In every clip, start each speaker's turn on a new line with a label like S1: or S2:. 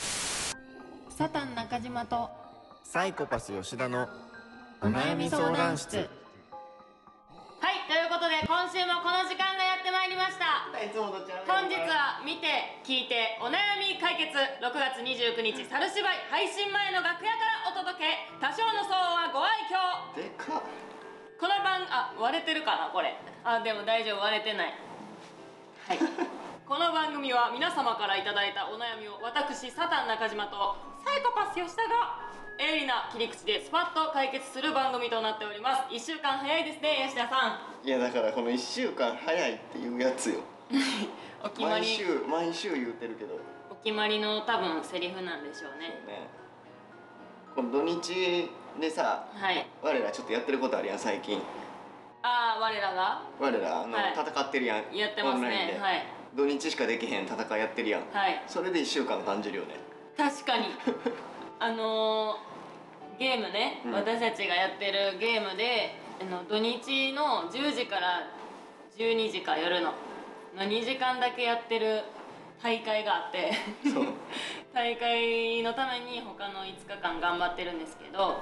S1: サタン中島と
S2: サイコパス吉田の
S1: お悩み相談室はいということで今週もこの時間がやってまいりました
S2: いつもとちゃう
S1: 本日は見て聞いてお悩み解決6月29日猿芝居配信前の楽屋からお届け多少の騒音はご愛嬌
S2: でかっ
S1: この番あ割れてるかなこれあでも大丈夫割れてないはい この番組は皆様からいただいたお悩みを私サタン中島とサイコパス吉田が鋭利な切り口でスパッと解決する番組となっております1週間早いですね吉田さん
S2: いやだからこの1週間早いっていうやつよ
S1: お決ま
S2: 毎
S1: り
S2: 週毎週言ってるけど
S1: お決まりの多分セリフなんでしょうね
S2: ねこの土日でさ
S1: はい
S2: 我らちょっとやってることあるやん最近
S1: ああ我らが
S2: 我らあの、
S1: はい
S2: 戦ってるやん
S1: やってます
S2: オンライン
S1: ね
S2: で、
S1: はい
S2: 土日しかできへん戦いやってるやん、
S1: はい
S2: それで1週間感じる よね
S1: 確か にあのーゲームね、
S2: うん
S1: 私たちがやってるゲームであの土日の10時から12時か夜のの2時間だけやってる大会があって
S2: そう
S1: 大会のために他の5日間頑張ってるんですけど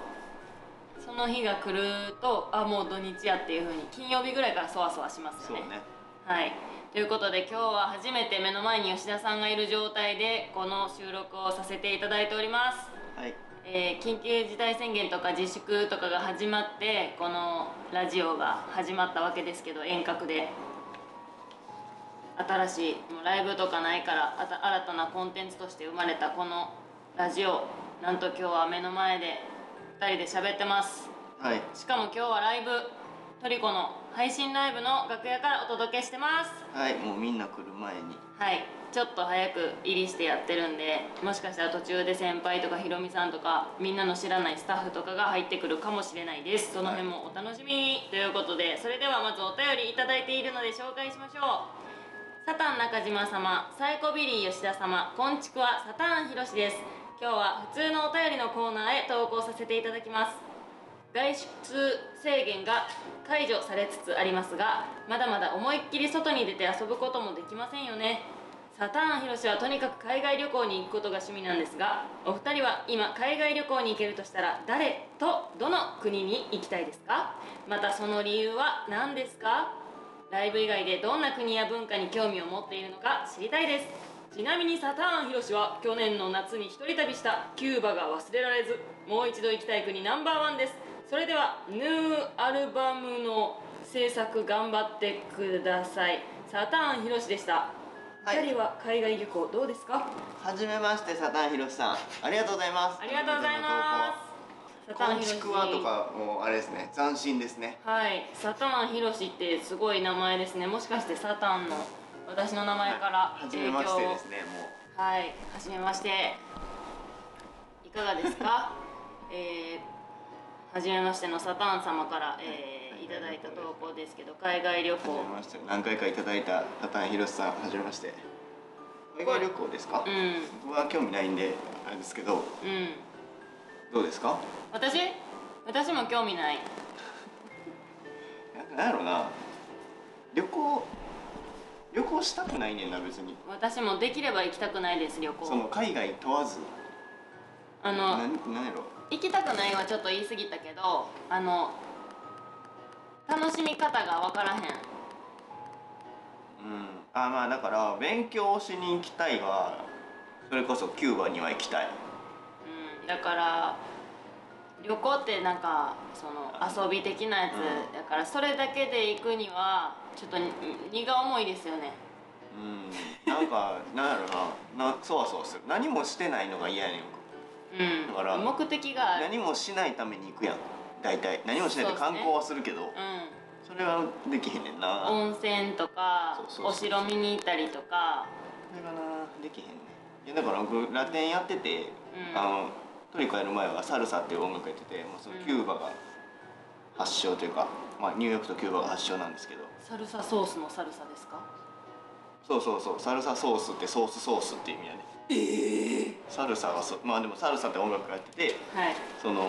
S1: その日が来るとあもう土日やっていう風に金曜日ぐらいからそわそわします
S2: そう
S1: よ
S2: ね
S1: はい、ということで今日は初めて目の前に吉田さんがいる状態でこの収録をさせていただいております、
S2: はい
S1: えー緊急事態宣言とか自粛とかが始まってこのラジオが始まったわけですけど遠隔で新しいもうライブとかないからあた新たなコンテンツとして生まれたこのラジオなんと今日は目の前で2人で喋ってます
S2: はい
S1: しかも今日はライブトリコの配信ライブの楽屋からお届けしてます
S2: はいもうみんな来る前に
S1: はいちょっと早く入りしてやってるんでもしかしたら途中で先輩とかひろみさんとかみんなの知らないスタッフとかが入ってくるかもしれないですその辺もお楽しみにということでそれではまずお便りいただいているので紹介しましょうサタン中島様サイコビリー吉田様こんちくわサタンひろしです今日は普通のお便りのコーナーへ投稿させていただきます外出制限が解除されつつありますがまだまだ思いっきり外に出て遊ぶこともできませんよねサターンヒロシはとにかく海外旅行に行くことが趣味なんですがお二人は今海外旅行に行けるとしたら誰とどの国に行きたいですかまたその理由は何ですかライブ以外でどんな国や文化に興味を持っているのか知りたいですちなみにサターンヒロシは去年の夏に一人旅したキューバが忘れられずもう一度行きたい国ナンバーワンですそれではヌーアルバムの制作頑張ってくださいサターンヒロシでした、
S2: はい
S1: 二人は海外旅行どうですか
S2: はじめましてサタンヒロシさんありがとうございます
S1: ありがとうございますサター
S2: こ
S1: ン
S2: ん
S1: ヒロ
S2: ち
S1: シ
S2: くわとかもあれですね斬新ですね
S1: はいサターンヒロシってすごい名前ですねもしかしてサターンの私の名前から
S2: は
S1: 影
S2: じ
S1: 響
S2: め
S1: を、
S2: ましてですねも
S1: はい、はじめまして。いかがですか。えー、はじめましてのサターン様から、えー、いただいた投稿ですけど、海外旅
S2: うはじめ
S1: 行。
S2: まして何回かいただいたサタンヒロシさんはじめまして海外旅行ですか、
S1: うん、
S2: 僕は興味ないんであれですけ
S1: う
S2: ど
S1: ん、
S2: どうですか
S1: 私、私も興味ない。
S2: なんかなんやろな旅行旅行したくないねんな別に
S1: 私もできれば行きたくないです、旅
S2: その
S1: 行。
S2: 海外問わず
S1: あ
S2: な
S1: の、
S2: んなんやろ
S1: 行きたくないはちょっと言い過ぎたけど、あの。楽しみ方がわからへん。
S2: うんあまあだから勉強しに行きたいはそれこそキューバには行きたい
S1: うん、だから旅行ってなんかその遊び的なやつ、
S2: うん
S1: だからそれだけで行くにはちょっとに荷が重いですよね
S2: うんなんかなんやろななそわそわする何もしてないのが嫌やねん僕
S1: うん
S2: だから
S1: 目的がある
S2: 何もしないために行くやん大体何もしないって観光はするけどそ,、れはできへんねん
S1: うん、
S2: な、
S1: 温泉とか
S2: そうそうそうそう
S1: お城見に行ったりとか
S2: それがなできへんねんいやだから僕ラテンやってて、
S1: うん
S2: あのトリコやる前はサルサっていう音楽やっててもうそのキューバが発祥というか、まあ、ニューヨークとキューバが発祥なんですけど
S1: サルサソースのサルサですか
S2: そうそうそうサルサソースってソースソースっていう意味やねええサルサはそまあでもサルサって音楽やってて
S1: はい
S2: その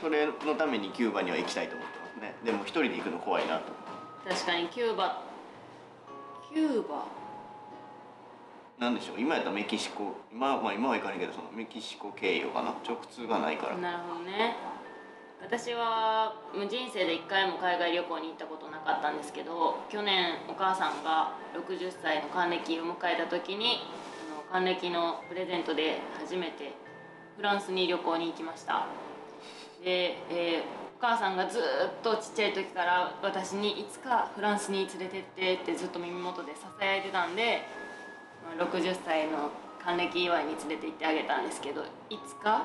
S2: それのためにキューバには行きたいと思ってますねでも一人で行くの怖いなと
S1: 確かにキューバキキューバ
S2: なんでしょう今やったらメキシコ今,、まあ、今はいかないけどそのメキシコ経由かな直通がないから
S1: なるほどね私はうん人生で1回も海外旅行に行ったことなかったんですけど去年お母さんが60歳の還暦を迎えた時にあの還暦のプレゼントで初めてフランスに旅行に行きましたで、えーお母さんがずーっとちっちゃい時から私にいつかフランスに連れてってってずっと耳元で囁いてたんでまあ60歳の還暦祝いに連れて行ってあげたんですけどいつか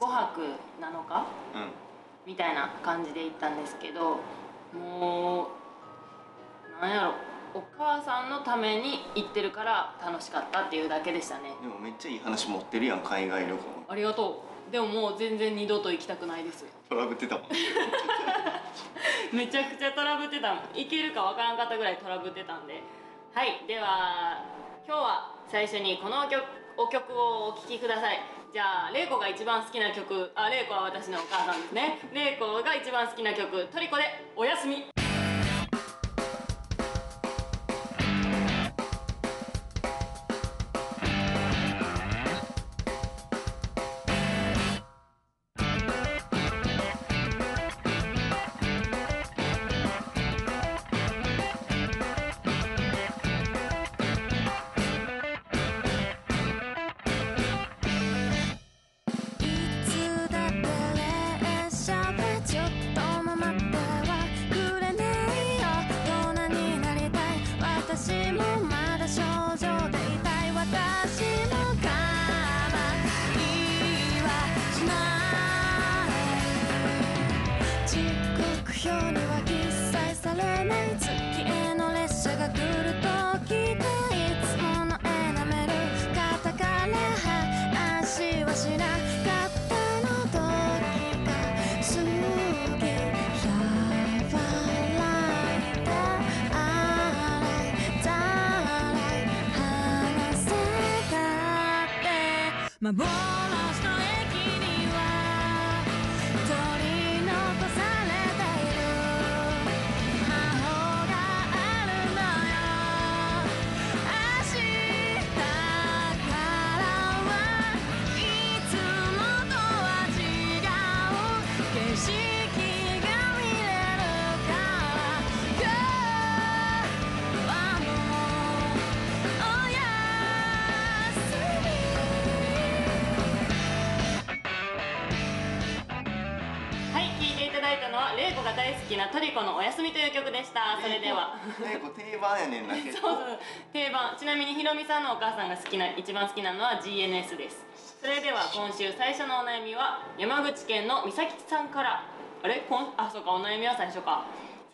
S1: 5泊7日
S2: うん
S1: みたいな感じで行ったんですけどもうなんやろお母さんのために行ってるから楽しかったっていうだけでしたね
S2: でもめっちゃいい話持ってるやん海外旅行
S1: ありがとうでももう全然二度と行きたくないですよ
S2: トラブってたもん
S1: めちゃくちゃトラブってたもん行けるかわからんかったぐらいトラブってたんではいでは今日は最初にこの曲お曲をお聴きくださいじゃあ玲子が一番好きな曲あ玲子は私のお母さんですね玲子が一番好きな曲「トリコでおやすみ」
S3: 「いつだって列車でちょっとも待ってはくれねえよ」「大人になりたい私もまだ少女でいたい私もかまいはしない」時刻表には記載されない月への列車が来るときといつものエナメル肩から話はしなかったのどれかすぎやわらいた洗いざらい話せたって幻の駅には取り残されている魔法があるのよ明日からはいつもとは違う景色が見れるから今日はもうおやすみ
S1: はい、聴いていただいたのは、玲子が大好きなトリコのおやすみという曲でした。それでは。
S2: 結構定番やねん な
S1: そう
S2: 結
S1: そ
S2: 構
S1: う、定番、ちなみにひろみさんのお母さんが好きな、一番好きなのは G. N. S. です。それでは、今週最初のお悩みは、山口県の美咲さんから。あれ、こん、あ、そうか、お悩みは最初か。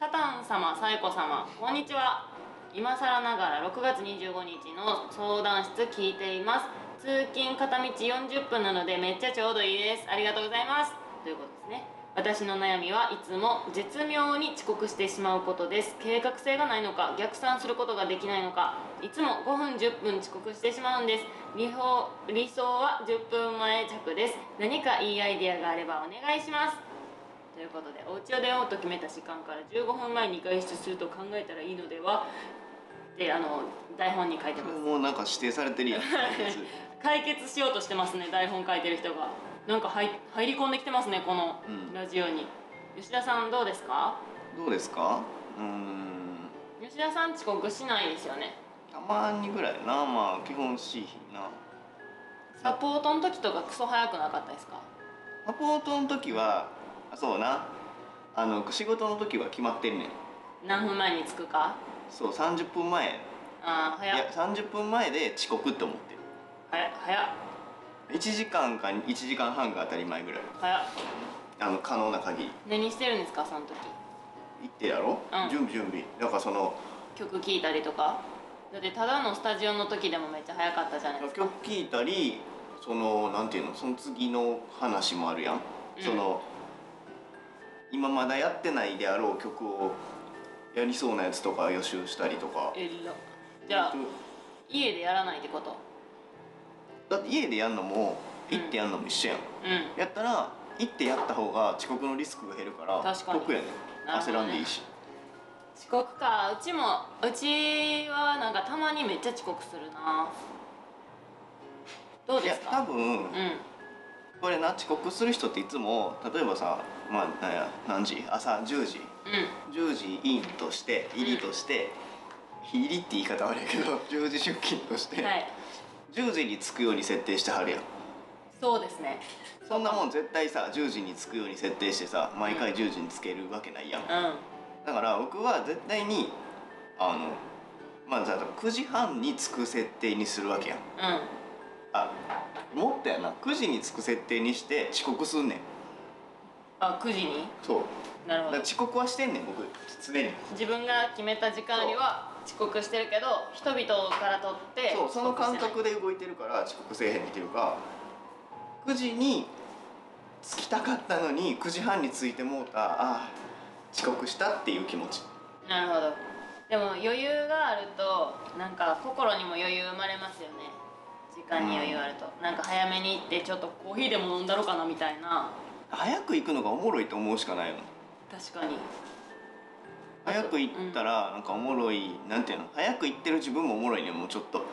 S1: サタン様、サイコ様、こんにちは。今更ながら6月25日の相談室聞いています。通勤片道40分なのでめっちゃちょうどいいです。ありがとうございます。ということですね。私の悩みはいつも絶妙に遅刻してしまうことです。計画性がないのか、逆算することができないのか、いつも5分10分遅刻してしまうんです。理想理想は10分前着です。何かいいアイデアがあればお願いします。ということで、お家を出ようと決めた時間から15分前に外出すると考えたらいいのではってあの台本に書いてます。
S2: もうなんか指定されてるやん
S1: 解決しようとしてますね台本書いてる人がなんか入入り込んできてますねこの
S2: うん
S1: ラジオに、吉田さんどうですか
S2: どうですかうーん
S1: 吉田さん遅刻しないですよね
S2: たまにぐらいなまあ基本 C ひんな
S1: サポートの時とかクソ早くなかったですか
S2: サポートの時はあそうなあの仕事の時は決まってんねん
S1: 何分前に着くか
S2: そう30分前い
S1: ああ早っ
S2: や30分前で遅刻って思ってる
S1: 早っ早っ
S2: 1時間か1時間半が当たり前ぐらい
S1: 早っ
S2: あの可能な限り
S1: 何してるんですかその時
S2: 行ってやろ、
S1: うん
S2: 準備準備だからその
S1: 曲聴いたりとかだってただのスタジオの時でもめっちゃ早かったじゃないですか
S2: 曲聴いたりそのなんていうのその次の話もあるやん、
S1: うん
S2: その今まだやってないであろう曲をやりそうなやつとか予習したりとか
S1: えらじゃあ
S2: 本
S1: 家でやらないってこと
S2: 当だって家でやんのも
S1: うん
S2: 行ってやんのも一緒やん、
S1: うん
S2: やったら行ってやった方が遅刻のリスクが減るから
S1: 確かに
S2: 得やねん
S1: なるほ
S2: 焦
S1: どね
S2: らんでいいし
S1: 遅刻かうちもうちはなんかたまにめっちゃ遅刻するなどう
S2: い
S1: で
S2: や
S1: す
S2: 多
S1: か
S2: 分、
S1: うん
S2: これな遅刻する人っていつも例えばさ、まあ、なんや何時朝10時
S1: う
S2: 10時インとして入りとして、入りって言い方悪いけど10時 出勤と して、
S1: んはい
S2: 10時に着くように設定してはるやん
S1: そうですね
S2: そんなもん絶対さ10時に着くように設定してさ毎回10時に着けるわけないやん
S1: うんうん
S2: だから僕は絶対にあのまあじゃあ9時半に着く設定にするわけやんあもっとやな9時に着く設定にして遅刻すんねん
S1: あ9時に
S2: そう
S1: なる
S2: だ
S1: ほ
S2: から
S1: ど
S2: 遅刻はしてんねん僕常に
S1: 自分が決めた時間よりは遅刻してるけど人々からとって
S2: そうその感
S1: 遅刻
S2: 覚で動いてるから遅刻せえへんっていうか9時に着きたかったのに9時半に着いてもうたああ遅刻したっていう気持ち
S1: してないなるほどでも余裕があるとなんか心にも余裕生まれますよね時間に余裕あると、なんか早めに行ってちょっとコーヒーでも飲んだろかなみたいな
S2: 早く行くのがおもろいと思うしかないよね
S1: 確かに
S2: 早く行ったらなんかおもろい、なんていうの早く行ってる自分もおもろいねもうちょっ と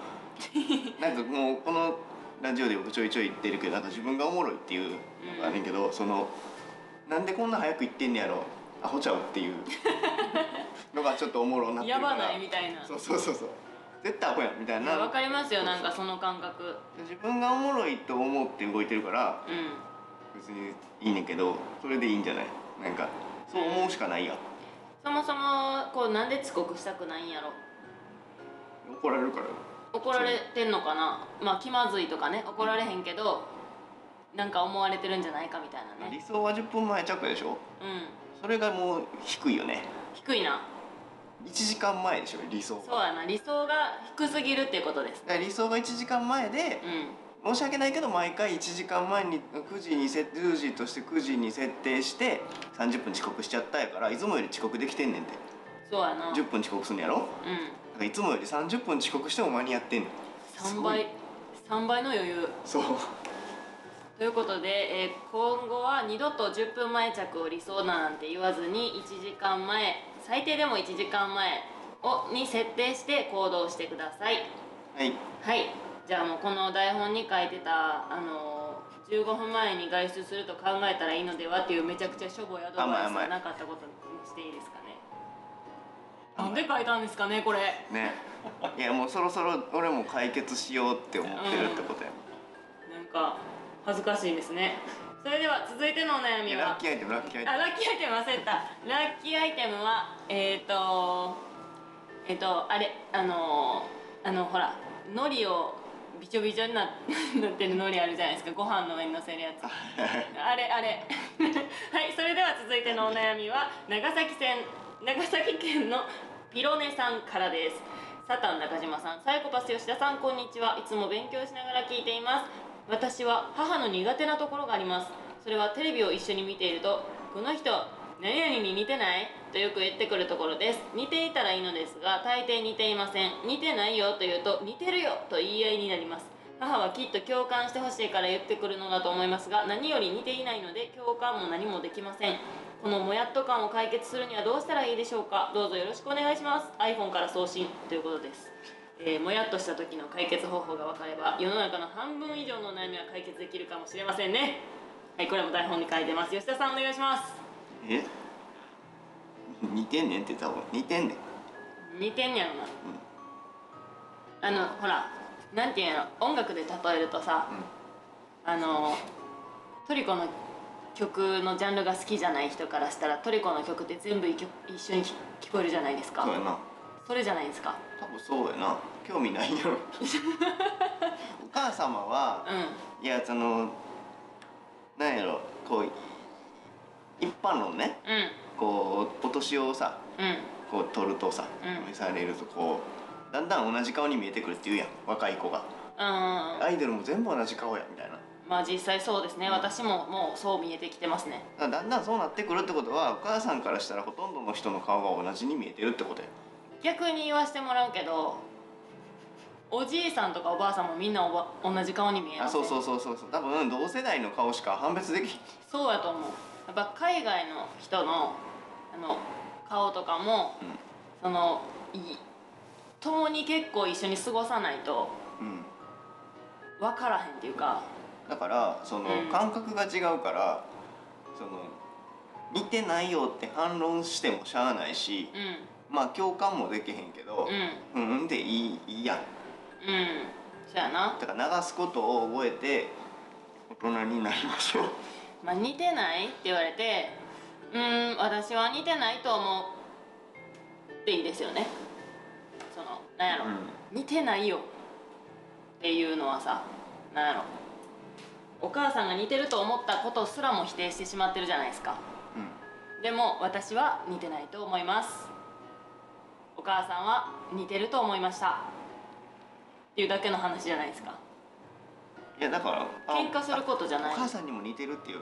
S2: なんかもうこのラジオで僕ちょいちょい言ってるけどなんか自分がおもろいっていうのがあるんけど、そのなんでこんな早く行ってんねやろアホちゃうっていうのがちょっとおもろになって
S1: や
S2: るから
S1: ばないみたいな
S2: そうそうそうそう絶対アホやんみたい
S1: いや
S2: な
S1: わかりますよ
S2: そうそ
S1: な
S2: うん
S1: かその感覚
S2: 自分がおもろいと思って動いてるから
S1: うん
S2: 別にいいねんけどそれでいいんじゃないなんかそう思うしかないやん
S1: そもそもこうなんで遅刻したくないんやろ
S2: 怒られるから
S1: 怒られてんのかなまあ気まずいとかね怒られへんけど、なんか思われてるんじゃないかみたいなね
S2: 理想は10分前着でしょ
S1: うん
S2: それがもう低いよね
S1: 低いな
S2: 1時間前でしょ理想
S1: そう
S2: は
S1: やな理想が低すぎるっていうことです
S2: だから理想が1時間前で
S1: う、ん
S2: 申し訳ないけど毎回1時間前に9時に設10時として9時に設定して30分遅刻しちゃったやからいつもより遅刻できてんねんて
S1: そうやなうん
S2: 10分遅刻すんのやろだからいつもより30分遅刻しても間に合ってんのす
S1: 3
S2: ごい
S1: 倍3倍の余裕
S2: そう
S1: ということで、えー今後は二度と10分前着を理想だなんて言わずに1時間前最低でも1時間前をに設定して行動してください
S2: はい
S1: はいじゃあもうこの台本に書いてたあのー15分前に外出すると考えたらいいのではっていうめちゃくちゃしょぼいアドバイス
S2: 甘い甘
S1: が
S2: い
S1: なかったことにしていいですかねなんで書いたんですかねこれ
S2: ねいやもうそろそろ俺も解決しようって思ってるってことや、
S1: なんか恥ずかしいですねそれでは続いてのお悩
S2: い
S1: み
S2: や
S1: は
S2: ラッキーアイテムラッキーアイテ
S1: あラッキーアイテム忘れたラッキーアイテムはえっ、ー、とえっ、とあれあのーあのほら海苔をびちょびちょにな なってる海苔あるじゃないですかご飯の上に乗せるやつ
S2: ム
S1: あれあれ はいそれでは続いてのお悩みは長崎県長崎県のピロネさんからですサタン中島さんサイコパス吉田さんこんにちはいつも勉強しながら聞いています私は母の苦手なところがありますそれはテレビを一緒に見ているとこの人何々に似てないとよく言ってくるところです似ていたらいいのですが大抵似ていません似てないよと言うと似てるよと言い合いになります母はきっと共感してほしいから言ってくるのだと思いますが何より似ていないので共感も何もできませんこのモヤっと感を解決するにはどうしたらいいでしょうかどうぞよろしくお願いします iPhone から送信ということですえー、もやっとした時の解決方法が分かれば世の中の半分以上のお悩みは解決できるかもしれませんねはいこれも台本に書いてます吉田さんお願いします
S2: え似てんねんって多分似てんねん
S1: 似てんやろな、あのほらなんていうの音楽で例えるとさ、あのトリコの曲のジャンルが好きじゃない人からしたらトリコの曲って全部一曲一緒に聞聞こえるじゃないですか
S2: そうやな
S1: それじゃないですか
S2: 多分そうやな興味ない やろお母様は
S1: うん
S2: いやそのなんやろこう一般論ね
S1: う
S2: こうお年をさ
S1: んうん
S2: こう取るとさ、
S1: うん
S2: 召されるとこうだんだん同じ顔に見えてくるって言うやん若い子が
S1: うん
S2: アイドルも全部同じ顔やみたいな
S1: まあ実際そうですね、
S2: うん
S1: 私ももうそう見えてきてますね
S2: だからだんだんそうなってくるってことはお母さんからしたらほとんどの人の顔が同じに見えてるってことや
S1: 逆に言わしてもらうけどおじいさんとかおばあさんもみんなおば同じ顔に見えま
S2: あ
S1: す、ね、
S2: そうそうそうそうそう多分同世代の顔しか判別できひん
S1: そうやと思うやっぱ海外の人のあの顔とかも、
S2: うん
S1: そのい共に結構一緒に過ごさないと
S2: うん、
S1: 分からへんっていうか
S2: だからその
S1: うん
S2: 感覚が違うからその似てないよって反論してもしゃあないし
S1: うん
S2: まあ共感もできへんけど
S1: うんうん
S2: うんうんでいいいいやん
S1: そうやな、
S2: だから流すことを覚えて大人になりましょう
S1: まあ、似てないって言われてうーん私は似てないと思うでいいですよねそのなんやろ、似てないよっていうのはさなんやろお母さんが似てると思ったことすらも否定してしまってるじゃないですか
S2: うん
S1: でも私は似てないと思いますお母さんは似てると思いましたっていうだけの話じゃないですか
S2: いやだからあ
S1: 喧嘩することじゃ
S2: お
S1: ない
S2: 母さんにも似てるっていう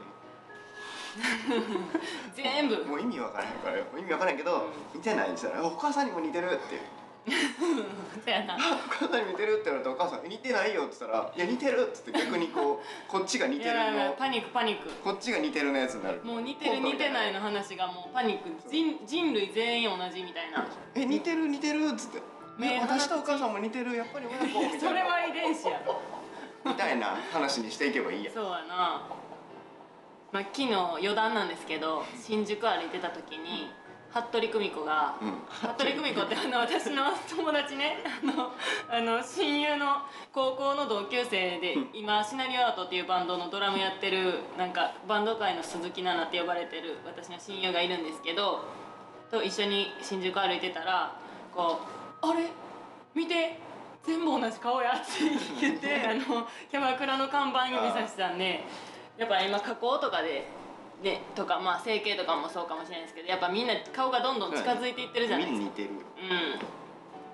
S1: 全部
S2: もう意味わからへんからよ意味わからへんけど似てないって言ったらお母さんにも似てるっていう
S1: そうやな
S2: お母さんに似てるって言われてお母さん似てないよって言ったらいや似てるって言って逆にこうこっちが似てる
S1: やばいやばい
S2: の
S1: パニックパニック
S2: こっちが似てるのやつになる
S1: もう似てる似てないの話がもうパニック人人類全員同じみたいな
S2: え似てる似てるっつって、
S1: ね
S2: ね、
S1: え
S2: 私とお母さんも似てるやっぱり親子みたい な
S1: それは遺伝子や
S2: みたいな話にしていけばいいや
S1: そうやな、まあ、昨日余談なんですけど新宿歩いてた時に服部久美子が、
S2: うん
S1: 服部久美子ってあの私の友達ねあのあの親友の高校の同級生で今シナリオアートっていうバンドのドラムやってるなんかバンド界の鈴木奈々って呼ばれてる私の親友がいるんですけどと一緒に新宿歩いてたらこう「あれ見て全部同じ顔や」って言ってあのキャバクラの看板指さしてたんでやっぱ今加工とかで。ね、とかまあ整形とかもそうかもしれないですけどやっぱみんな顔がどんどん近づいていってるじゃないですか
S2: みんな似てるよ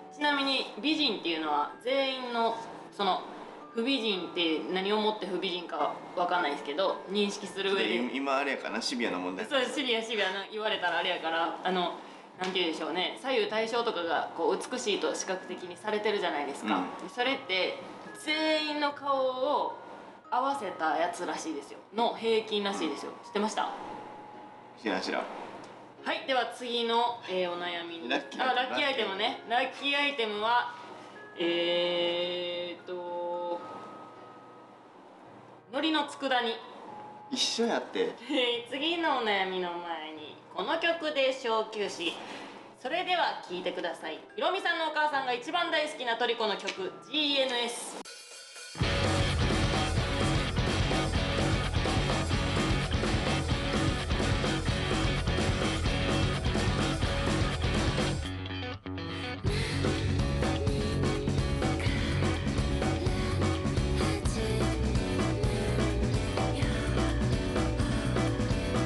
S1: うん、ちなみに美人っていうのは全員のその不美人って何をもって不美人かわかんないですけど認識する上で
S2: で今あれやからシビアな問題
S1: そうシビアシビアな言われたらあれやからあのなんて言うんでしょうね左右対称とかがこう美しいと視覚的にされてるじゃないですか、
S2: う
S1: それって全員の顔を合わせたやつらしいですよの平均らしいですよ、知ってました
S2: 知らん知らん
S1: はい、では次の、えーお悩みに
S2: ラッキー
S1: あラッキーアイテムねラッキーアイテムはえー、っと海苔の佃煮、
S2: 一緒やって
S1: えー次のお悩みの前にこの曲で小休止それでは聴いてくださいひろみさんのお母さんが一番大好きなトリコの曲 GNS
S3: 始めよ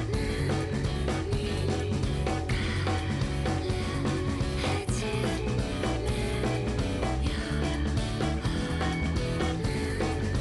S3: う何から始めよう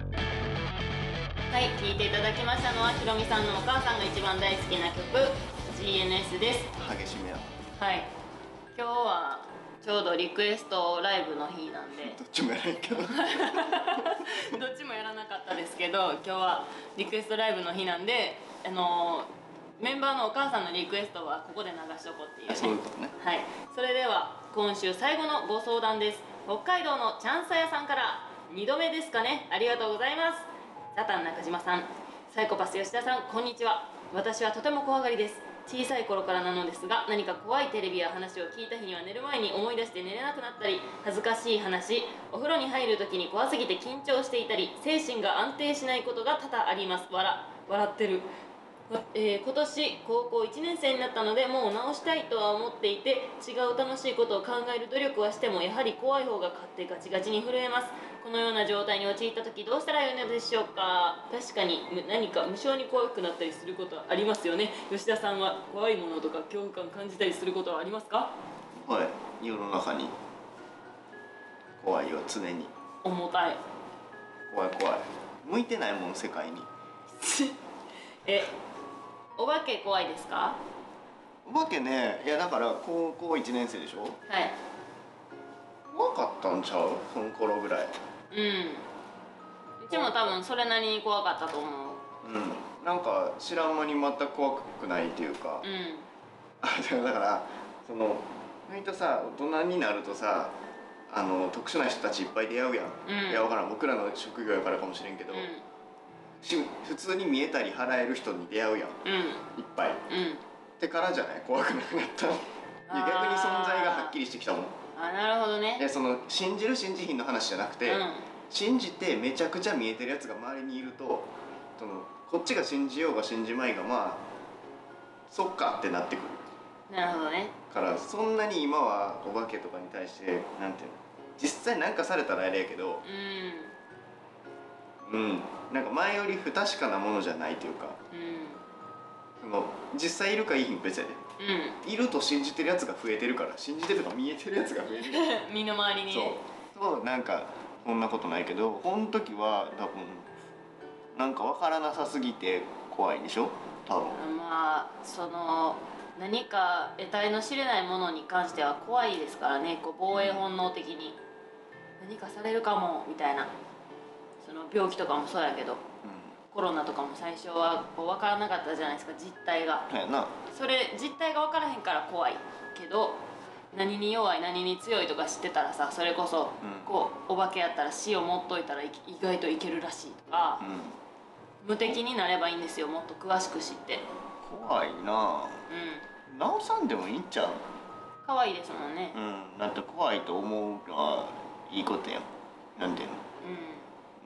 S1: はい聴いていただきましたのはひろみさんのお母さんが一番大好きな曲 GNS です
S2: 激しめや
S1: はい今日はちょうどリクエストライブの日なんで
S2: どっちもやらんけど
S1: どっちもやらなかったですけど今日はリクエストライブの日なんであのーメンバーのお母さんのリクエストはここで流しとこうっていうね
S2: そういうことね
S1: はい、それでは今週最後のご相談です北海道のチャンサヤさんから2度目ですかねありがとうございますサタン中島さんサイコパス吉田さんこんにちは私はとても怖がりです小さい頃からなのですが何か怖いテレビや話を聞いた日には寝る前に思い出して寝れなくなったり恥ずかしい話お風呂に入る時に怖すぎて緊張していたり精神が安定しないことが多々あります笑笑ってるえー今年高校1年生になったのでもう直したいとは思っていて違う楽しいことを考える努力はしてもやはり怖い方が勝手ガチガチに震えますこのような状態に陥った時どうしたらよいのでしょうか確かにむ何か無性に怖くなったりすることはありますよね吉田さんは怖いものとか恐怖感感じたりすることはありますか
S2: はい世の中に怖いよ常に
S1: 重たい
S2: 怖い怖い向いてないもん世界に
S1: えお化け怖いですか
S2: お化けねいやだから高校1年生でしょ
S1: はい
S2: 怖かったんちゃうその頃ぐらい
S1: うんうちも多分それなりに怖かったと思う
S2: うんなんか知らん間に全く怖くないというか、
S1: うん
S2: あでもだからその意外とさ大人になるとさあの特殊な人たちいっぱい出会うやん、
S1: うん
S2: いやわからん僕らの職業やからかもしれんけど、し普通に見えたり払える人に出会うやんいっ
S1: うんうん
S2: ぱいっ
S1: うん
S2: てからじゃない怖くなく なったのいや逆に存在がはっきりしてきたもん
S1: あなるほど
S2: で
S1: ね
S2: その信じる信じひんの話じゃなく
S1: う
S2: て、
S1: ん
S2: 信じてめちゃくちゃ見えてるやつが周りにいるとそのこっちが信じようが信じまいがまあそっかってなってくる
S1: なるほどね
S2: からそんなに今はお化けとかに対してなんていうの実際なんかされたらあれやけど
S1: う
S2: うんなんか前より不確かなものじゃないというか
S1: んうん
S2: その実際いるかいいひん別やでいると信じてるやつが増えてるから信じてるとか見えてるやつが増えてる
S1: うん 身の回りにね
S2: そうそうなんかそんなことないけどこの時は多分なんか分からなさすぎて怖いでしょ多分
S1: まあその何か得体の知れないものに関しては怖いですからねこう防衛本能的に何かされるかもみたいなその病気とかもそうやけどコロナとかも最初はこう分からなかったじゃないですか実態が
S2: うんそうやな
S1: それ実態が分からへんから怖いけど何に弱い何に強いとか知ってたらさそれこそ、
S2: うん
S1: こうお化けやったら死を持っといたらい意外といけるらしいとか、
S2: う
S1: 無敵になればいいんですよもっと詳しく知って
S2: ん怖いな
S1: うん
S2: 直さんでもいいんちゃう
S1: 可愛いですもんね
S2: うん、だって怖いと思うがいいことやんなんていうの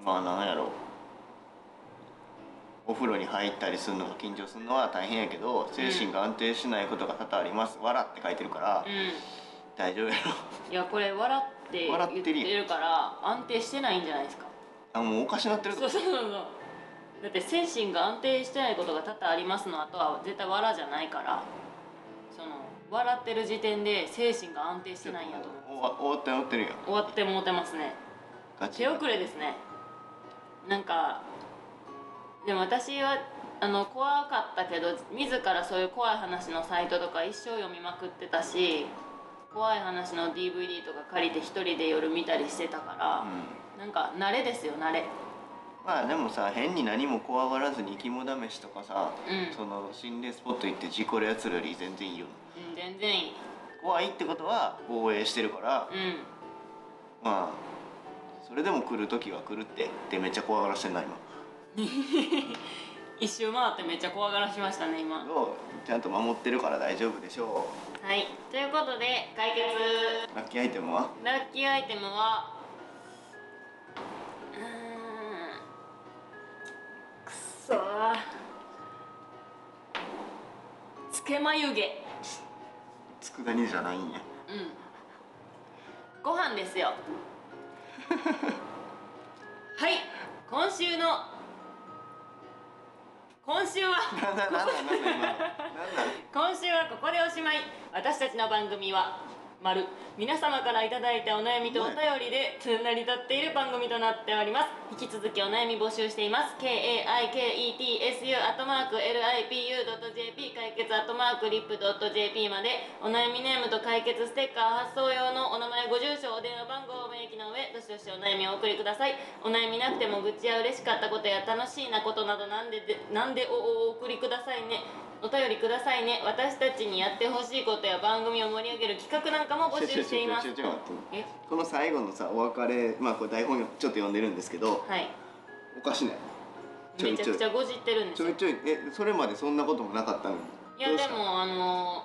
S1: う
S2: まあなんやろお風呂に入ったりするのが緊張するのは大変やけど精神が安定しないことが多々あります「笑」って書いてるから、
S1: ん、うん
S2: 大丈夫やろ
S1: いやこれ笑って
S2: 笑
S1: 言
S2: っ
S1: って
S2: る
S1: てるから安定してないんじゃないですか
S2: あもうおかしなってる
S1: そう
S2: ぞ
S1: そうそうそうだって精神が安定してないことが多々ありますのあとは絶対笑じゃないからその笑ってる時点で精神が安定してないんやと思う
S2: おわ終わってなってるやん
S1: 終わってもうてますね
S2: ガチ
S1: 手遅れですねなんかでも私はあの怖かったけど自らそういう怖い話のサイトとか一生読みまくってたし怖い話の DVD とか借りて一人で夜見たりしてた
S2: う
S1: か
S2: ん
S1: ら、なんか慣れですよ慣れ
S2: まあでもさ変に何も怖がらずに肝試しとかさ、
S1: うん
S2: その心霊スポット行って事故るやつらより全然いいよ
S1: うん全然いい
S2: 怖いってことは防衛してるから、
S1: うん
S2: まあそれでも来る時は来るってってめっちゃ怖がらせてんない今
S1: 一周回ってめっちゃ怖がらしましたね今は
S2: をちゃんと守ってるから大丈夫でしょ
S1: いということで解決
S2: うラッキーアイテムは
S1: ラッキーアイテムはうーんくそーつけ眉毛
S2: 佃煮じゃない
S1: う
S2: んや
S1: んご飯ですよ はい今週の今週は
S2: なんだなんだなんだ今のなんだ
S1: 今週はここでおしまい私たちの番組は「まる皆様からいただいたお悩みとお便りでつんなり立っている番組となっております引き続きお悩み募集しています kaiketsu アットマーク lipu.jp 解決アットマークリップ .jp までお悩みネームと解決ステッカー発送用のお名前ご住所お電話番号を明記の上どしどしお悩みをお送りくださいお悩みなくても愚痴や嬉しかったことや楽しいなことなどなんででなんでおお送りくださいねお便りくださいね私たちにやってほしいことや番組を盛り上げる企画なんかも募集しています
S2: ちょちょちょちょ待って
S1: え
S2: この最後のさお別れまあこれ台本ちょっと読んでるんですけど
S1: はい
S2: おかしないちょ
S1: め
S2: い
S1: ちゃ
S2: ちょ
S1: く
S2: い
S1: ちゃごじってるんです
S2: ちょ
S1: よ
S2: いちょいえそれまでそんなこともなかったのに
S1: いや
S2: ど
S1: で
S2: うした
S1: もあの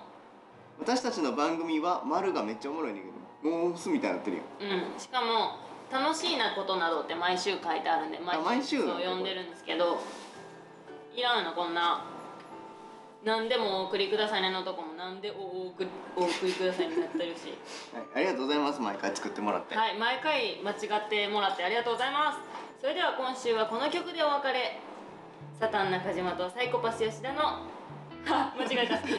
S2: 私たちの番組は丸がめっちゃおもろいねんだけどもう押すみたいになってるよ
S1: うんしかも「楽しいなことなど」って毎週書いてあるんで
S2: あ毎週
S1: そう
S2: なんだ
S1: 読んでるんですけどいらんよなこんな「何でもお送りくださいね」のとこも「何でお送りお送りください」になってる し
S2: はい、ありがとうございます毎回作ってもらって、
S1: はい毎回間違ってもらってありがとうございますそれでは今週はこの曲でお別れサタン中島とサイコパス吉田の あ間違えたサタン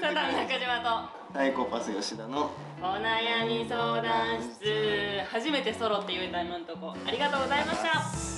S1: サタン中島と
S2: サイコパス吉田の
S1: お悩み相談室初めてソロって言えた今のとこありがとうございました